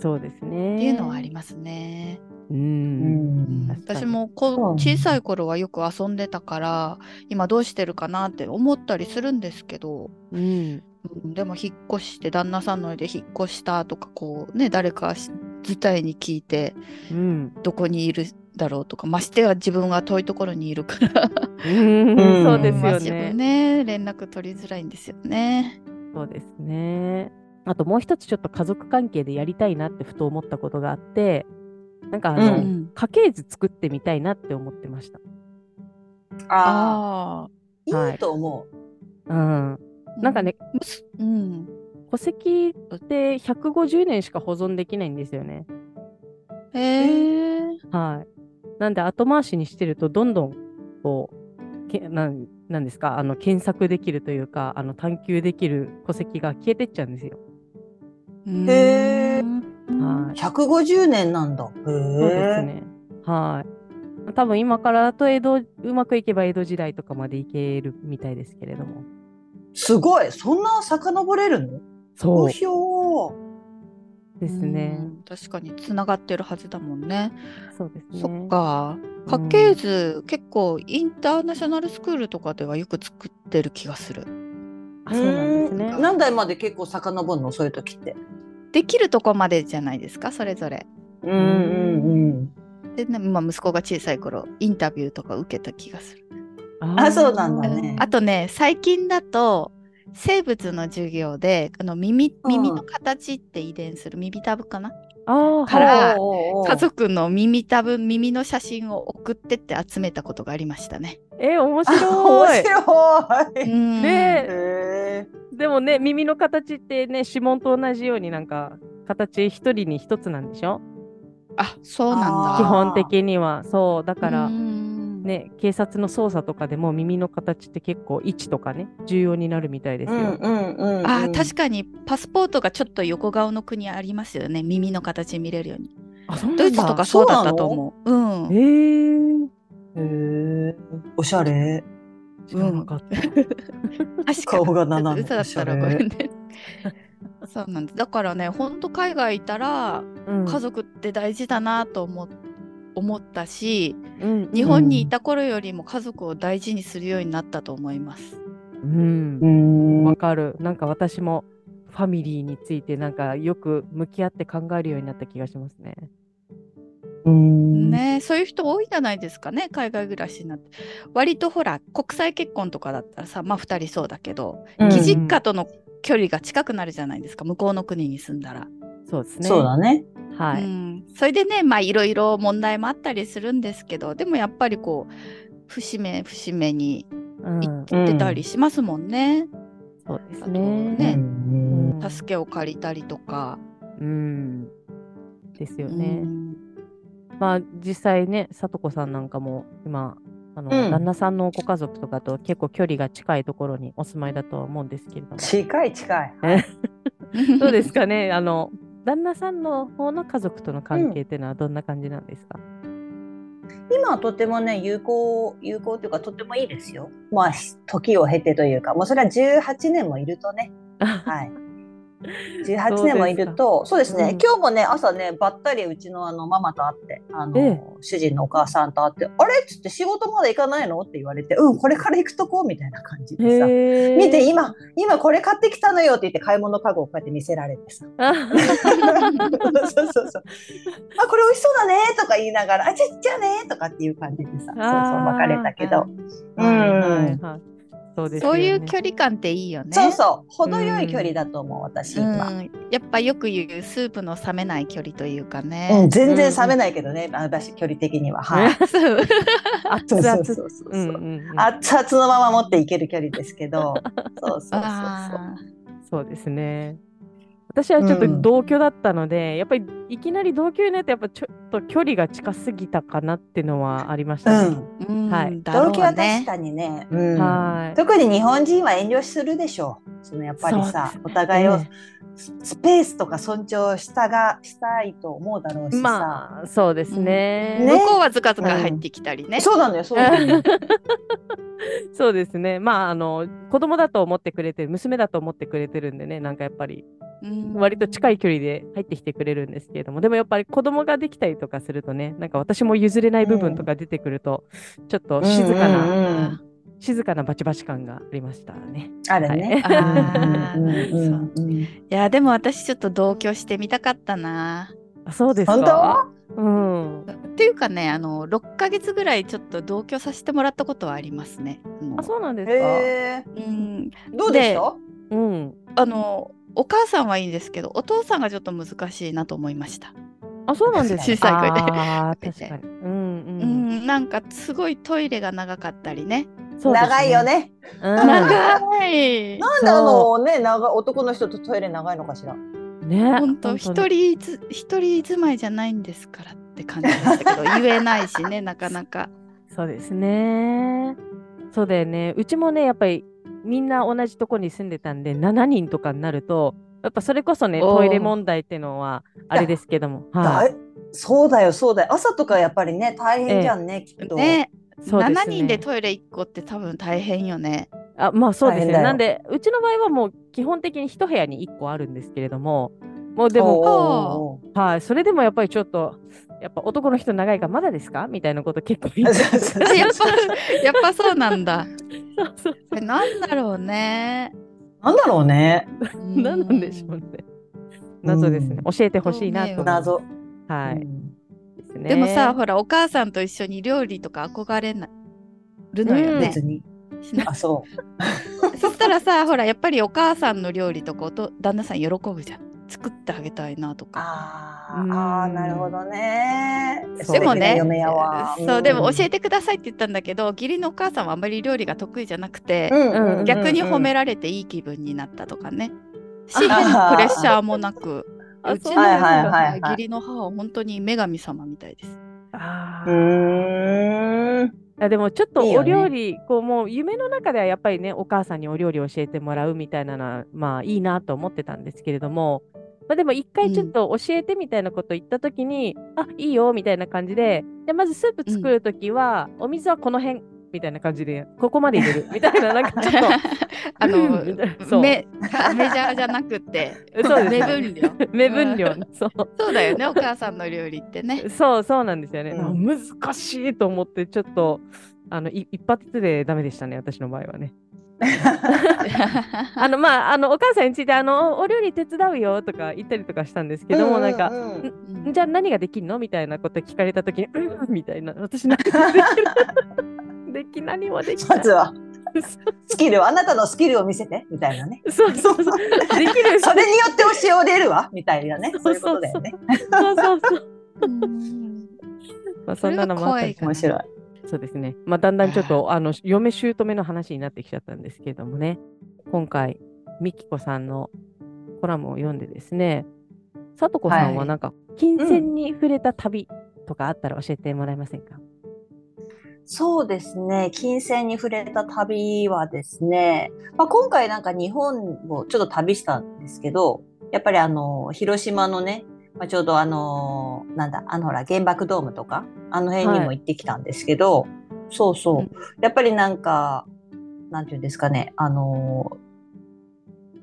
Speaker 1: そうですね。
Speaker 2: っていうのはありますね、
Speaker 1: う。
Speaker 3: うん
Speaker 2: うん
Speaker 3: ん
Speaker 1: 確かに
Speaker 2: 私も
Speaker 3: そ
Speaker 2: こ
Speaker 3: うなんだ
Speaker 2: 小さい頃はよく遊んでたから今どうしてるかなって思ったりするんですけど
Speaker 1: うん。
Speaker 2: うんでも引っ越して旦那さんの家で引っ越したとかこうね誰かし自体に聞いて
Speaker 1: うん。
Speaker 2: どこにいるだろうとかましては自分が遠いところにいるから、
Speaker 1: うんそうです
Speaker 2: まあ
Speaker 1: よ
Speaker 2: 自分
Speaker 1: ね。
Speaker 2: ね連絡取りづらいんですよね。
Speaker 1: そうですね。あともう一つちょっと家族関係でやりたいなってふと思ったことがあって、なんかあの、
Speaker 3: う
Speaker 2: うん、
Speaker 1: 家系図作ってみたいなって思ってました。
Speaker 3: あ
Speaker 2: あ
Speaker 3: あ、
Speaker 1: はい
Speaker 3: いいと思う。
Speaker 1: うん。
Speaker 2: あ
Speaker 1: なんかね、
Speaker 2: うん、
Speaker 1: 戸籍って150年しか保存できないんですよね。
Speaker 2: ええ
Speaker 1: はい。なんで後回しにしてるとどんどんこうけなんなんですかあの検索できるというかあの探求できる戸籍が消えてっちゃうんですよ。
Speaker 2: ー。
Speaker 3: へー
Speaker 1: はい。
Speaker 3: 150年なんだ。へ
Speaker 1: そうです
Speaker 3: え。
Speaker 1: ね。はい。多分今からだと江戸うまくいけば江戸時代とかまでいけるみたいですけれども。
Speaker 3: すごい。そんな遡れるの
Speaker 1: そう
Speaker 3: 好評。
Speaker 1: ですね
Speaker 2: う。ん。確かにつながってるはずだもんね。
Speaker 1: そうですね。
Speaker 2: そっか。
Speaker 1: う
Speaker 2: 家
Speaker 1: ん
Speaker 2: 系図、結構インターナショナルスクールとかではよく作ってる気がする。
Speaker 1: あ。そうなんです
Speaker 3: う
Speaker 1: ね
Speaker 3: ーん。何代まで結構遡るのそういう時って。
Speaker 2: できるとこまでじゃないですか、それぞれ。
Speaker 3: うんうんうん。
Speaker 2: で、ねまあ、息子が小さい頃、インタビューとか受けた気がする。
Speaker 1: ー
Speaker 3: あそうなんだね
Speaker 2: あとね、最近だと、生物の授業であの耳
Speaker 3: うん
Speaker 2: 耳の形って遺伝する耳たぶかな
Speaker 1: あー
Speaker 2: か
Speaker 1: はい
Speaker 2: ら
Speaker 3: おーおーおー
Speaker 2: 家族の耳たぶ耳の写真を送ってって集めたことがありましたね。
Speaker 1: え面
Speaker 3: あ
Speaker 1: 白い。
Speaker 3: 面白い。
Speaker 2: うん
Speaker 1: ねえ
Speaker 3: へ
Speaker 1: でもね耳の形ってね指紋と同じようになんか形一人に一つなんでしょ
Speaker 2: あそう
Speaker 3: あ
Speaker 2: な
Speaker 3: ー
Speaker 2: ん
Speaker 1: 基
Speaker 2: だ。
Speaker 1: 本的にはそうだから、
Speaker 2: うん
Speaker 1: ね警察の捜査とかでも耳の形って結構位置とかね重要になるみたいで
Speaker 3: え。
Speaker 1: す
Speaker 3: う
Speaker 1: よ。
Speaker 3: んうんうんうん。
Speaker 2: あー確かにパスポートがちょっと横顔の国ありますよね耳の形見れるように
Speaker 1: あそうなんだ
Speaker 2: ドイツとかそうだったと思ううん
Speaker 1: えー、
Speaker 3: へえ。おしゃれ。
Speaker 1: 知らなかった。
Speaker 2: 確かちょっと嘘だったら
Speaker 3: 顔が斜め。おし
Speaker 2: ご
Speaker 3: ゃ
Speaker 2: め
Speaker 3: れ
Speaker 2: んね そうなんですだからねほんと海外いたら
Speaker 1: うん
Speaker 2: 家族って大事だなと思思ったし
Speaker 1: うん
Speaker 2: 日本にいた頃よりも家族を大事にするようになったと思いま
Speaker 1: う
Speaker 2: す。
Speaker 1: ん
Speaker 3: うーん
Speaker 1: わかる。なんか私もファミリーについてなんかよく向き合って考えるようになった気がしますね。
Speaker 3: うん
Speaker 2: ね、そういう人多いじゃないですかね海外暮らしになって割とほら国際結婚とかだったらさまあ2人そうだけど、
Speaker 3: うん
Speaker 2: 義実家との距離が近くなるじゃないですか向こうの国に住んだら。
Speaker 1: そうですね。
Speaker 3: そうだね。
Speaker 1: はい。
Speaker 2: うん、それでねまあいろいろ問題もあったりするんですけどでもやっぱりこう節目節目に
Speaker 1: うん
Speaker 2: 行ってたりしますもんね、
Speaker 1: そうです
Speaker 2: ね
Speaker 1: ね。
Speaker 3: うん
Speaker 1: うん
Speaker 2: 助けを借りたりとか。
Speaker 1: うん。ですよ
Speaker 2: う
Speaker 1: ね。
Speaker 2: ん
Speaker 1: まあ実際ね、さとこさんなんかも今、あの、
Speaker 3: うん
Speaker 1: 旦那さんのご家族とかと結構距離が近いところにお住まいだとは思うんですけれども。
Speaker 3: 近い近い。
Speaker 1: ど うですかね、あの、旦那さんの方の家族との関係っていうのはどんな感じなんですか、
Speaker 3: 今はとてもね有効有効というかとてもいいですよ。まあ時を経てというかもうそれは18年もいるとね。 はい。18年もいるとそうですね、
Speaker 1: うん
Speaker 3: 今日もね朝ねばったりうちのあのママと会ってあの、
Speaker 1: ええ
Speaker 3: 主人のお母さんと会って「あれ?」っつって「仕事まで行かないの?」って言われて「うんこれから行くとこ」みたいな感じでさ「
Speaker 1: へー
Speaker 3: 見 て今今これ買ってきたのよ」って言って買い物かごをこうやって見せられ てさそうそうそう「あこれ美味しそうだね」とか言いながら「あじゃじゃあね」とかっていう感じでさそうそう別れたけど。う
Speaker 1: はいはい
Speaker 3: ん
Speaker 1: はい。そうですよ
Speaker 2: そう
Speaker 1: ね。
Speaker 2: いう距離感っていいよね。
Speaker 3: そうそう程よい距離だと思う私
Speaker 2: う
Speaker 3: 今。
Speaker 2: ん、やっぱよく言うスープの冷めない距離というか
Speaker 3: うん、
Speaker 2: ね。
Speaker 3: 全然冷めないけどね、私距離的に は。はい。
Speaker 2: そう
Speaker 1: 熱
Speaker 3: そう
Speaker 1: 々。
Speaker 3: そうそうそう。
Speaker 1: うんうんうん
Speaker 3: 熱々のまま持っていける距離ですけど。そうそうそうそう。
Speaker 2: あー
Speaker 1: そうですね。私はちょっと
Speaker 3: うん
Speaker 1: 同居だったので、やっぱりいきなり同居になって、やっぱちょっと距離が近すぎたかなっていうのはありまし
Speaker 3: う
Speaker 1: たね。
Speaker 3: ん、
Speaker 2: うん
Speaker 1: はい
Speaker 2: だろう
Speaker 3: 同居は確
Speaker 2: ね
Speaker 3: かにね、うん
Speaker 1: はい
Speaker 3: 特に日本人は遠慮するでしょう。そのやっぱりさ、お互いを
Speaker 1: ね
Speaker 3: ススペースとか尊重したがしたいと思うだろうしさ。
Speaker 1: まあ、そうです
Speaker 3: う
Speaker 1: ね
Speaker 3: んね
Speaker 2: 向こうはずかずか入ってきたりね。
Speaker 3: そうなのよ、そうなのよ。
Speaker 1: そうですね。まあ、あの、子供だと思ってくれてる、娘だと思ってくれてるんでね、なんかやっぱり、
Speaker 2: うん
Speaker 1: 割と近い距離で入ってきてくれるんですけれども、でもやっぱり子供ができたりとかするとね、なんか私も譲れない部分とか出てくると、ちょっと静かな、
Speaker 3: うんうんうん
Speaker 2: あ
Speaker 1: 静かなバチバチ感がありましたね。
Speaker 3: あるね。
Speaker 2: はい
Speaker 3: うんうんうんうん
Speaker 2: いやでも私ちょっと同居してみたかったな。
Speaker 1: あそうです
Speaker 3: 本
Speaker 1: か
Speaker 3: 当
Speaker 1: 当うん。
Speaker 2: っていうかねあの6ヶ月ぐらいちょっと同居させてもらったことはありますね。もう
Speaker 1: あ、そうなんですか。
Speaker 3: へえ
Speaker 2: うん、
Speaker 3: どうでした
Speaker 1: うん。
Speaker 2: あのお母さんはいいんですけどお父さんがちょっと難しいなと思いました。
Speaker 1: あ、そうなんです か。
Speaker 2: 小さい声で
Speaker 1: あー
Speaker 2: 出
Speaker 1: 確
Speaker 2: て
Speaker 1: かに。うんう
Speaker 2: う
Speaker 1: ん。
Speaker 2: ん、なんかすごいトイレが長かったりね。
Speaker 1: そうです
Speaker 3: 長いよ。ね。
Speaker 1: うん
Speaker 2: 長い。
Speaker 3: なんであのね、長い男の人とトイレ長いのかしら。
Speaker 1: ね。
Speaker 2: 本当一人ず一人住まいじゃないんですからって感じでし たけど言えないしねなかなか。
Speaker 1: そうですね。そうだよね。うちもね、やっぱりみんな同じとこに住んでたんで、7人とかになると、やっぱそれこそね、
Speaker 2: おー
Speaker 1: トイレ問題っていうのはあれですけども。
Speaker 3: だ
Speaker 1: はい。
Speaker 3: いそうだよ、そうだよ。朝とかやっぱりね、大変じゃんね、きっと。
Speaker 2: ね
Speaker 1: そうですね
Speaker 2: 7人でトイレ1個って多分大変よね。
Speaker 1: あまあそうです
Speaker 3: 大変
Speaker 1: ね。
Speaker 3: だよ
Speaker 1: なんで、うちの場合はもう基本的に一部屋に1個あるんですけれども、もうでも、
Speaker 3: おー
Speaker 1: はい、それでもやっぱりちょっと、やっぱ男の人長いからまだですかみたいなこと結構言って
Speaker 2: あやっぱやっぱそうなんだ。
Speaker 1: そうそう
Speaker 2: これなんだろうね。
Speaker 3: なんだろうね。
Speaker 2: うん
Speaker 1: 何なんでしょうね。謎ですね。教えてほしいなと思います。
Speaker 3: 謎。
Speaker 1: は
Speaker 3: う
Speaker 1: い。
Speaker 3: ん
Speaker 1: すね
Speaker 2: でもさ、ほらお母さんと一緒に料理とか憧れなるのよね。
Speaker 3: 別に。
Speaker 2: しな
Speaker 3: あ、そう。
Speaker 2: そしたらさほらやっぱりお母さんの料理とかおと旦那さん喜ぶじゃん。作ってあげたいなとか。
Speaker 3: あ
Speaker 1: うん
Speaker 3: ーあー、なるほどね。
Speaker 1: そう
Speaker 2: でもね
Speaker 3: 素敵な嫁やわ
Speaker 2: そうでも教え
Speaker 3: て。
Speaker 2: てくださいって言ったんだけど義理のお母さんはあんまり料理が得意じゃなくて、
Speaker 1: うんうん
Speaker 2: 逆に褒め
Speaker 3: ら
Speaker 2: られていい気分になったとかね紙幣のプレッシャーもなく
Speaker 1: あ
Speaker 2: うちの
Speaker 1: そう
Speaker 3: はいはいはいはい
Speaker 2: 義理の母は本当に女神様みたい です。
Speaker 1: あ
Speaker 3: う
Speaker 1: ー
Speaker 3: ーん。
Speaker 1: あでもちょっと
Speaker 3: いい
Speaker 1: お
Speaker 3: よね
Speaker 1: 料理こうもう夢の中ではやっぱりねお母さんにお料理を教えてもらうみたいなのはまあいいなと思ってたんですけれども、まあ、でも一回ちょっと教えてみたいなこと言った時に、あいいよみたいな感じででまずスープ作る時は、お水はこの辺みたいな感じでここまで入れるみたいななんかちょっと
Speaker 2: あの
Speaker 1: うんそう
Speaker 2: メメジャーじゃなくて
Speaker 1: そうです
Speaker 2: 目分量
Speaker 1: 目分量
Speaker 2: うん
Speaker 1: そう
Speaker 2: そうだよねお母さんの料理ってね。
Speaker 1: そうそうなんですよね、
Speaker 3: うん
Speaker 1: 難しいと思ってちょっとあのい一発でダメでしたね私の場合はね。あのまああのお母さんについてあのおお料理手伝うよとか言ったりとかしたんですけども、なんか。
Speaker 3: うう
Speaker 2: うん
Speaker 1: じゃあ何ができるのみたいなこと聞かれた時に「うん」みたいな私何もでき るでき何もできな
Speaker 3: ま
Speaker 1: い
Speaker 3: ずは
Speaker 1: そ
Speaker 3: スキルをあなたのスキルを見せてみたいなね。
Speaker 1: う そうそうできる
Speaker 3: それによって教えを出るわみたいなね。そういうことだよね。
Speaker 1: そうそうそう、
Speaker 2: うん
Speaker 1: まあ、そ
Speaker 2: そ
Speaker 1: ん
Speaker 2: れ
Speaker 1: な
Speaker 2: が
Speaker 1: のもあった
Speaker 2: 怖
Speaker 1: り
Speaker 2: い
Speaker 1: し
Speaker 2: か
Speaker 3: 面
Speaker 2: な
Speaker 3: 白い。
Speaker 1: そうですねまあだんだんちょっとあの嫁姑の話になってきちゃったんですけどもね今回みきこさんのコラムを読んでですねさとこさん
Speaker 3: は
Speaker 1: はいなんか金銭に触れた旅とかあったら教えてもらえませんか、
Speaker 3: そうですね。金銭に触れた旅はですね、まあ、今回なんか日本をちょっと旅したんですけど、やっぱりあの、広島のね、まあ、ちょうどあの、なんだ、あのほら、原爆ドームとか、あの辺にも
Speaker 1: は
Speaker 3: 行ってきたんですけど、そうそう、
Speaker 2: うん
Speaker 3: やっぱりなんか、なんていうんですかね、あの、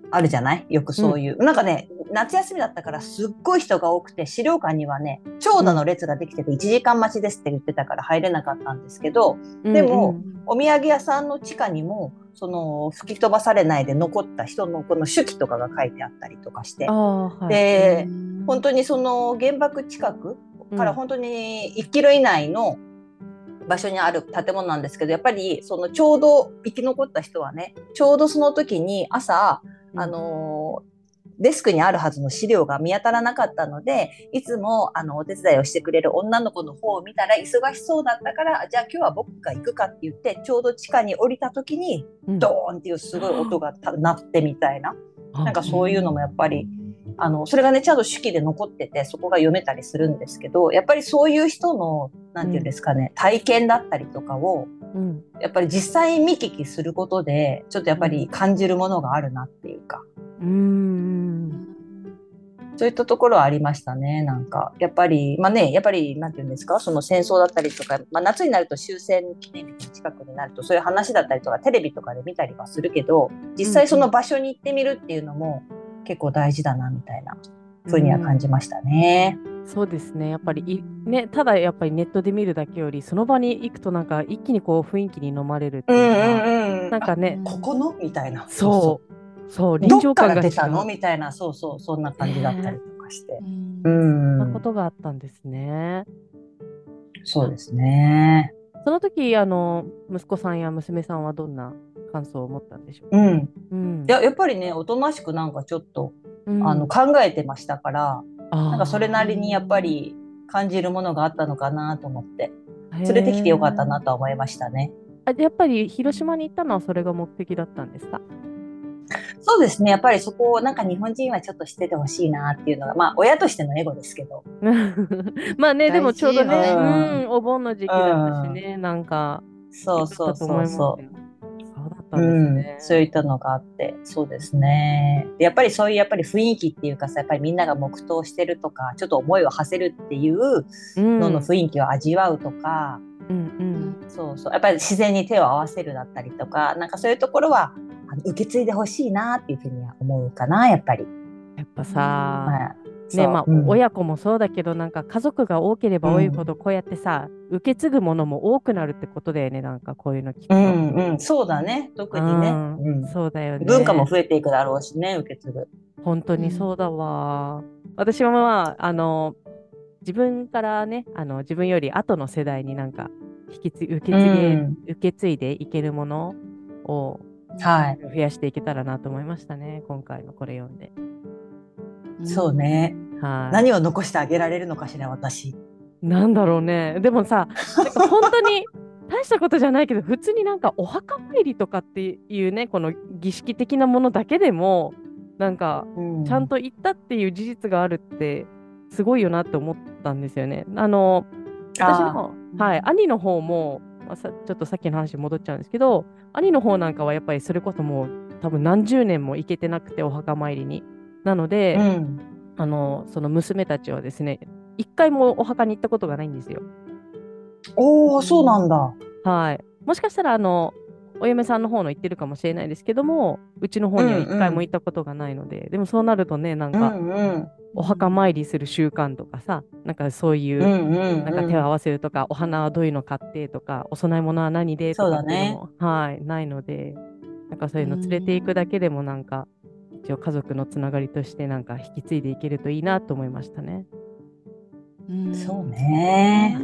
Speaker 3: あるじゃないよくそういう、なんかね、夏休みだったからすっごい人が多くて、資料館にはね、長蛇の列ができてて1時間待ちですって言ってたから入れなかったんですけど、でもお土産屋さんの地下にもその吹き飛ばされないで残った人のこの手記とかが書いてあったりとかして
Speaker 1: あ、あはい、
Speaker 3: で
Speaker 2: うん
Speaker 3: 本当にその原爆近く
Speaker 1: うん
Speaker 3: から本当に1キロ以内の場所にある建物なんですけどやっぱりそのちょうど生き残った人はねちょうどその時に朝、
Speaker 1: うん
Speaker 3: あのデスクにあるはずの資料が見当たらなかったのでいつもあのお手伝いをしてくれる女の子の方を見たら忙しそうだったからじゃあ今日は僕が行くかって言ってちょうど地下に降りた時に
Speaker 1: うん
Speaker 3: ドーンっていうすごい音がた鳴ってみたいな
Speaker 1: あ
Speaker 3: なんかそういうのもやっぱりあのそれがねちゃんと手記で残っててそこが読めたりするんですけどやっぱりそういう人のなんていうんですかね、体験だったりとかを
Speaker 1: うん
Speaker 3: やっぱり実際見聞きすることでちょっとやっぱり感じるものがあるなっていうか
Speaker 1: うーん
Speaker 3: そういったところはありましたねなんかやっぱりまあねやっぱりなんていうんですかその戦争だったりとか、まあ、夏になると終戦記念日の近くになるとそういう話だったりとかテレビとかで見たりはするけど実際その場所に行ってみるっていうのも結構大事だなみたいなふうには感じましたね。
Speaker 1: そうですねやっぱりいねただやっぱりネットで見るだけよりその場に行くとなんか一気にこう雰囲気に飲まれるって
Speaker 3: う
Speaker 1: い
Speaker 3: ん
Speaker 1: う
Speaker 3: う
Speaker 1: か、
Speaker 3: んうん。
Speaker 1: なんかね
Speaker 3: ここのみたいな。
Speaker 1: そうそう
Speaker 3: そう。
Speaker 1: 臨
Speaker 3: どっ
Speaker 1: 場
Speaker 3: か
Speaker 1: 感
Speaker 3: ら
Speaker 1: が違
Speaker 3: 出
Speaker 1: う
Speaker 3: たのみたいな、そうそう、そんな感じだったりとかまして
Speaker 2: う。ん
Speaker 3: う
Speaker 1: そんなんことがあったんですね。
Speaker 3: そうですね。
Speaker 1: その時あの息子さんや娘さんはどんな感想を持ったんでしょう。
Speaker 3: うん、
Speaker 1: うん
Speaker 3: いややっぱりねおとなしくなんかちょっと、
Speaker 1: うん
Speaker 3: あの考えてましたから
Speaker 1: あー
Speaker 3: なんかそれなりにやっぱり感じるものがあったのかなと思って連れてきてよかったなとは思いましたね。
Speaker 1: へーあやっぱり広島に行ったのはそれが目的だったんですか。
Speaker 3: そうですねやっぱりそこをなんか日本人はちょっと知っててほしいなっていうのがまあ親としてのエゴですけど。
Speaker 1: まあね、でも
Speaker 2: 大事
Speaker 1: ちょうどね、
Speaker 3: よ
Speaker 1: う
Speaker 3: ね
Speaker 1: ん、お盆の時期だったしね、なんか、
Speaker 3: そうそうそうそう
Speaker 1: 良かったと思いますよそうだった
Speaker 3: うんん
Speaker 1: で、す
Speaker 3: そう
Speaker 1: ね。
Speaker 3: いったのがあってそうですねでやっぱりそういうやっぱり雰囲気っていうかさやっぱりみんなが黙祷してるとかちょっと思いを馳せるっていう
Speaker 1: うん
Speaker 3: のの雰囲気を味わうとか、
Speaker 1: うん
Speaker 3: そうそうやっぱり自然に手を合わせるだったりとかなんかそういうところはあの受け継いでほしいなっていうふうには思うかなやっぱり。
Speaker 1: うん。やっぱさ、
Speaker 3: まあそう
Speaker 1: ね、まあ
Speaker 3: うん、
Speaker 1: 親子もそうだけど、なんか家族が多ければ多いほど、こうやってさ、受け継ぐものも多くなるってことだよね、なんかこういうの聞くと。
Speaker 3: うんうんそうだね特にね、
Speaker 1: うん
Speaker 3: うん
Speaker 1: そうだよね。
Speaker 3: 文化も増えていくだろうしね受け継ぐ。
Speaker 1: 本当にそうだわ。私はまあ、あの、自分からね、あの自分より後の世代になんか引きつ受け継げ、
Speaker 3: うん
Speaker 1: 受け継いでいけるものを
Speaker 3: はい、
Speaker 1: 増やしていけたらなと思いましたね、今回のこれ読んで。
Speaker 3: そうね
Speaker 1: はい。
Speaker 3: 何を残してあげられるのかしら私。
Speaker 1: なんだろうね。でもさ、なんか本当に大したことじゃないけど、普通になんかお墓参りとかっていうね、この儀式的なものだけでも、なんかちゃん
Speaker 3: と、
Speaker 1: と行ったっていう事実があるってすごいよなって思ったんですよね。あの私の
Speaker 2: あー
Speaker 1: はい、兄の方も、まあさちょっとさっきの話に戻っちゃうんですけど兄の方なんかはやっぱりそれこそもう多分何十年も行けてなくてお墓参りに。なので、
Speaker 3: うん、
Speaker 1: あのその娘たちはですね一回もお墓に行ったことがないんですよ。
Speaker 3: おおそうなんだ。
Speaker 1: はい、もしかしたらあのお嫁さんの方の行ってるかもしれないですけどもうちの方には一回も行ったことがないので、でもそうなるとねなん
Speaker 3: う
Speaker 1: か、
Speaker 3: んうん
Speaker 1: お墓参りする習慣とかさなんかそういうう、
Speaker 3: んうん
Speaker 1: なんか手を合わせるとか、お花はどういうの買ってとかお供え物は何でとかっていうのもはいないのでなんかそういうの連れていくだけでもなんか、一応家族のつながりとしてなんか引き継いでいけるといいなと思いましたね。
Speaker 2: うん
Speaker 3: そうね。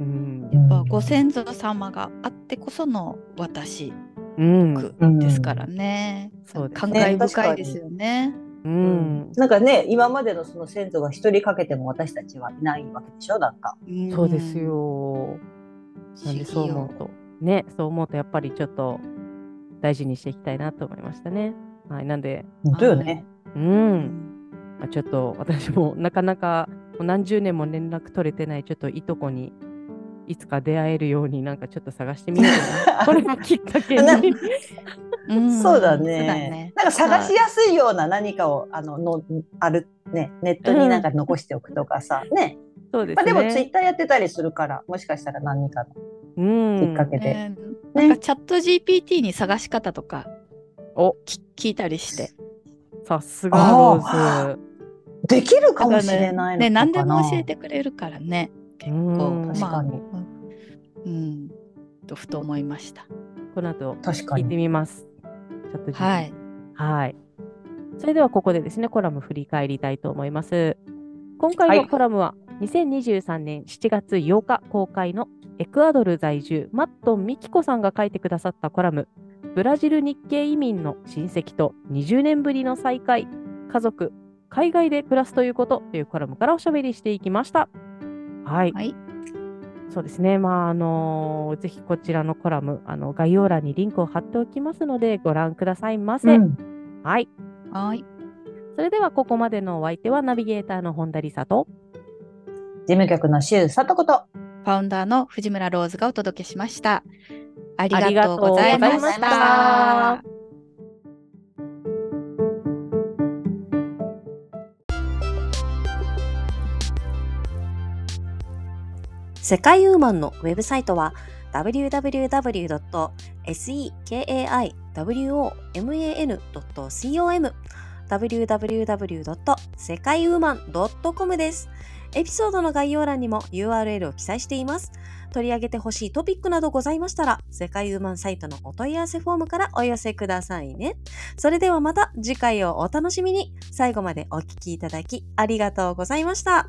Speaker 1: うん
Speaker 2: やっぱご先祖様があってこその私
Speaker 1: うん
Speaker 2: く
Speaker 3: うん
Speaker 2: ですからね。
Speaker 1: そうです
Speaker 2: 感
Speaker 1: ね
Speaker 2: 慨
Speaker 3: 確
Speaker 2: 深
Speaker 3: か
Speaker 2: い
Speaker 3: に
Speaker 2: ですよね。
Speaker 1: うん
Speaker 3: なんかね今までのその先祖が一人かけても私たちはいないわけでしょなんか。
Speaker 1: そうですよ。なんでそう思うと。ね、そう思うとやっぱりちょっと大事にしていきたいなと思いましたね。はい、なんで、
Speaker 3: 本当よね。
Speaker 1: う
Speaker 2: 不思議よ。
Speaker 1: ん、まあ、ちょっと私も なかなかもう何十年も連絡取れてないちょっといとこにいつか出会えるようになんかちょっと探してみよう かなこれもきっかけに
Speaker 3: な
Speaker 2: うん
Speaker 3: そう
Speaker 2: そう
Speaker 3: だ
Speaker 2: だ
Speaker 3: ね
Speaker 2: ね。
Speaker 3: なんか探しやすいような何かをあののあるねネットになんか残しておくとかさね。
Speaker 1: そうで
Speaker 3: まあですもツイ
Speaker 1: ね。
Speaker 3: ッターやってたりするからもしかしたら何かの
Speaker 1: うん
Speaker 3: きっかけで。
Speaker 2: ねなんかチャット GPT に探し方とか
Speaker 1: お
Speaker 2: き聞いたりして。
Speaker 1: さすがローズ。
Speaker 3: できるかもしれないのかな。
Speaker 2: ね、何でも教えてくれるからね。結
Speaker 1: うん
Speaker 2: 構、
Speaker 3: 確
Speaker 2: まあ、
Speaker 3: か
Speaker 2: う
Speaker 3: に
Speaker 2: ん、うんとふと思いました。
Speaker 1: この後
Speaker 3: 確か
Speaker 1: 聞いて
Speaker 3: に。
Speaker 1: みます。チャット GPT
Speaker 2: はい。
Speaker 1: はい。それではここでですね、コラム振り返りたいと思います。今回
Speaker 3: は
Speaker 1: の
Speaker 3: い
Speaker 1: コラムは、2023年7月8日公開のエクアドル在住、マットン・ミキコさんが書いてくださったコラム、ブラジル日系移民の親戚と20年ぶりの再会、家族、海外で暮らすということというコラムからおしゃべりしていきました。はい。
Speaker 2: はい
Speaker 1: そうですね、まああのぜひこちらのコラムあの、概要欄にリンクを貼っておきますので、ご覧くださいませ。
Speaker 3: うん
Speaker 1: はい。
Speaker 2: はい。
Speaker 1: それではここまでのお相手はナビゲーターの本田理沙と
Speaker 3: 事務局の周佐とこと。
Speaker 2: ファウンダーの藤村ローズがお届けしました。あ
Speaker 1: あ
Speaker 2: りがとうございま
Speaker 3: ありがとうござ
Speaker 2: し
Speaker 3: いま
Speaker 2: た。
Speaker 4: 世界ウーマンのウェブサイトは www.sekaiwoman.com www.sekaiwoman.com です。エピソードの概要欄にも URL を記載しています。取り上げてほしいトピックなどございましたら、世界ウーマンサイトのお問い合わせフォームからお寄せくださいね。それではまた次回をお楽しみに。最後までお聞きいただきありがとうございました。